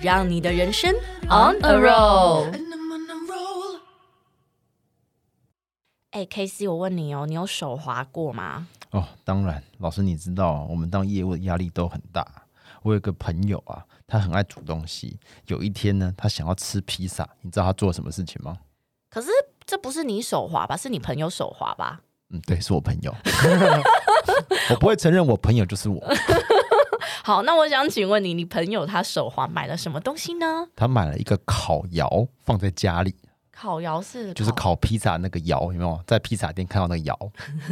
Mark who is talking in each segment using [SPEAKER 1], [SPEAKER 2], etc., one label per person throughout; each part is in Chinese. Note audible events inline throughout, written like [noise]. [SPEAKER 1] 让你的人生 on a roll。哎、k c 我问你哦，你有手滑过吗？
[SPEAKER 2] 哦，当然，老师你知道啊，我们当业务的压力都很大。我有个朋友啊，他很爱煮东西。有一天呢，他想要吃披萨，你知道他做了什么事情吗？
[SPEAKER 1] 可是这不是你手滑吧？是你朋友手滑吧？
[SPEAKER 2] 嗯，对，是我朋友。我不会承认我朋友就是我。
[SPEAKER 1] 好，那我想请问你，你朋友他手滑买了什么东西呢？
[SPEAKER 2] 他买了一个烤窑放在家里，
[SPEAKER 1] 烤窑是
[SPEAKER 2] 就是烤披萨那个窑，有没有？在披萨店看到那个窑？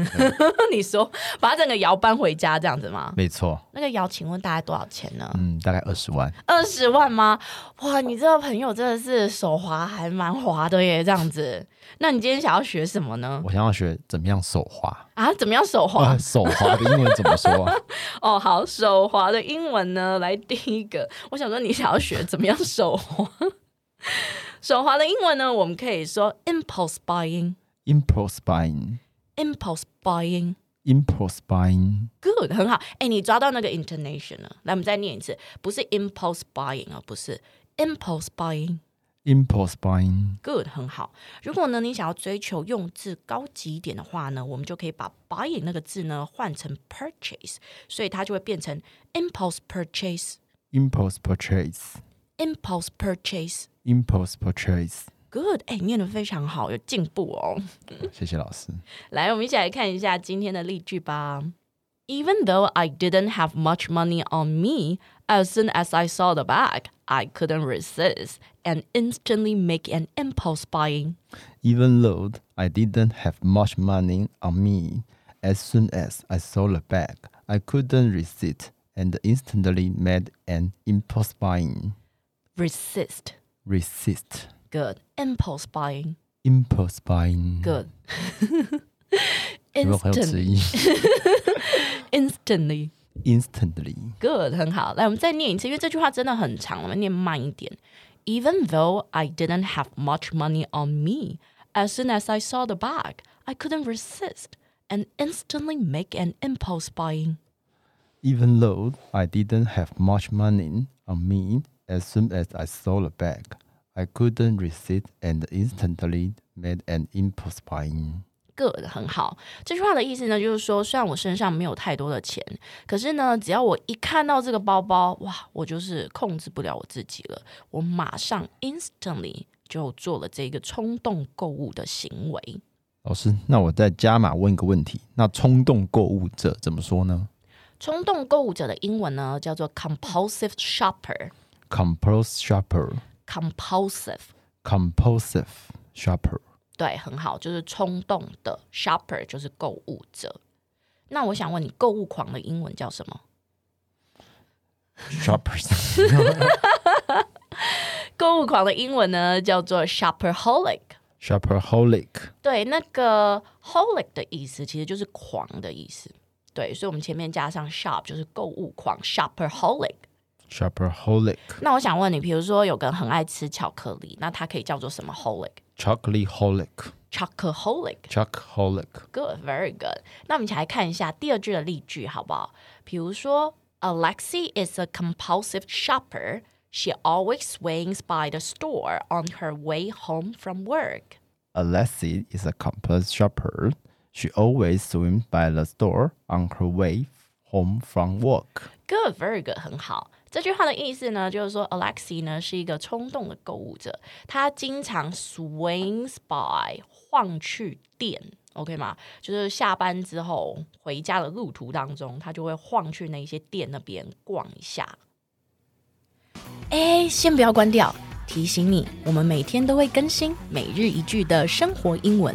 [SPEAKER 1] [laughs] 你说把它整个窑搬回家这样子吗？
[SPEAKER 2] 没错，
[SPEAKER 1] 那个窑，请问大概多少钱呢？
[SPEAKER 2] 嗯，大概二十万。
[SPEAKER 1] 二十万吗？哇，你这个朋友真的是手滑还蛮滑的耶，这样子。那你今天想要学什么呢？
[SPEAKER 2] 我想要学怎么样手滑。
[SPEAKER 1] 啊，怎么样手滑
[SPEAKER 2] 啊，？手滑的英文怎么说啊？
[SPEAKER 1] [laughs] 哦，好，手滑的英文呢？来第一个，我想说你想要学怎么样手滑？手滑的英文呢，我们可以说 impulse buying，impulse
[SPEAKER 2] impulse buying。
[SPEAKER 1] buying。
[SPEAKER 2] impulse buying，
[SPEAKER 1] Good，很好。哎，你抓到那个 intonation 了。来，我们再念一次，不是 impulse buying 哦，不是 impulse buying。
[SPEAKER 2] impulse buying，
[SPEAKER 1] Good，很好。如果呢，你想要追求用字高级一点的话呢，我们就可以把 buying 那个字呢换成 purchase，所以它就会变成 impulse purchase。
[SPEAKER 2] impulse purchase,
[SPEAKER 1] impulse purchase。
[SPEAKER 2] impulse purchase。
[SPEAKER 1] Good，哎，念得非常好，有进步哦。 [laughs]
[SPEAKER 2] 谢谢老师。
[SPEAKER 1] 来，我们一起来看一下今天的例句吧。Even though I didn't have much money on me, as soon as I saw the bag, I couldn't resist and instantly make an impulse buying.
[SPEAKER 2] Even though I didn't have much money on me, as soon as I saw the bag, I couldn't resist and instantly made an impulse buying.
[SPEAKER 1] Resist.
[SPEAKER 2] Resist,
[SPEAKER 1] Good. Impulse buying.
[SPEAKER 2] impulse buying.
[SPEAKER 1] Good. [laughs]
[SPEAKER 2] 有没有很有迟
[SPEAKER 1] Instant,
[SPEAKER 2] 疑
[SPEAKER 1] instantly.
[SPEAKER 2] [laughs] ？Instantly,
[SPEAKER 1] Good，很好。来，我们再念一次，因为这句话真的很长，我们念慢一点。Even though I didn't have much money on me, as soon as I saw the bag, I couldn't resist and instantly make an impulse buying.
[SPEAKER 2] even though I didn't have much money on me, as soon as I saw the bag, I couldn't resist and instantly made an impulse buying.
[SPEAKER 1] Good，很好。这句话的意思呢，就是说，虽然我身上没有太多的钱，可是呢，只要我一看到这个包包，哇，我就是控制不了我自己了，我马上 instantly 就做了这个冲动购物的行为。
[SPEAKER 2] 老师，那我再加码问一个问题：那冲动购物者怎么说呢
[SPEAKER 1] 冲动购物者的英文呢叫做 compulsive shopper。
[SPEAKER 2] ？Compulsive shopper,
[SPEAKER 1] compulsive，
[SPEAKER 2] compulsive shopper。
[SPEAKER 1] 对，很好，就是冲动的 shopper 就是购物者。那我想问你，购物狂的英文叫什么？
[SPEAKER 2] [laughs] Shoppers
[SPEAKER 1] 购物狂的英文呢叫做 shopperholic。
[SPEAKER 2] shopperholic
[SPEAKER 1] 对，那个 holic 的意思其实就是狂的意思。对，所以我们前面加上 shop 就是购物狂 shopperholic。
[SPEAKER 2] shopperholic
[SPEAKER 1] 那我想问你，比如说有个人很爱吃巧克力，那他可以叫做什么 holic？chocoholic。
[SPEAKER 2] chocolateholic chocoholic
[SPEAKER 1] Good, very good. 那我们一起来看一下第二句的例句，好不好？比如说，Alexi is a compulsive shopper. She always swings by the store on her way home from work.
[SPEAKER 2] Alessi is a compulsive shopper. She always swims by the store on her way home from work.
[SPEAKER 1] Good, very good，很好。这句话的意思呢，就是说 Alexi 呢是一个冲动的购物者，他经常 swings by 晃去店，OK 吗？就是下班之后回家的路途当中，他就会晃去那些店那边逛一下。哎，先不要关掉，提醒你，我们每天都会更新每日一句的生活英文，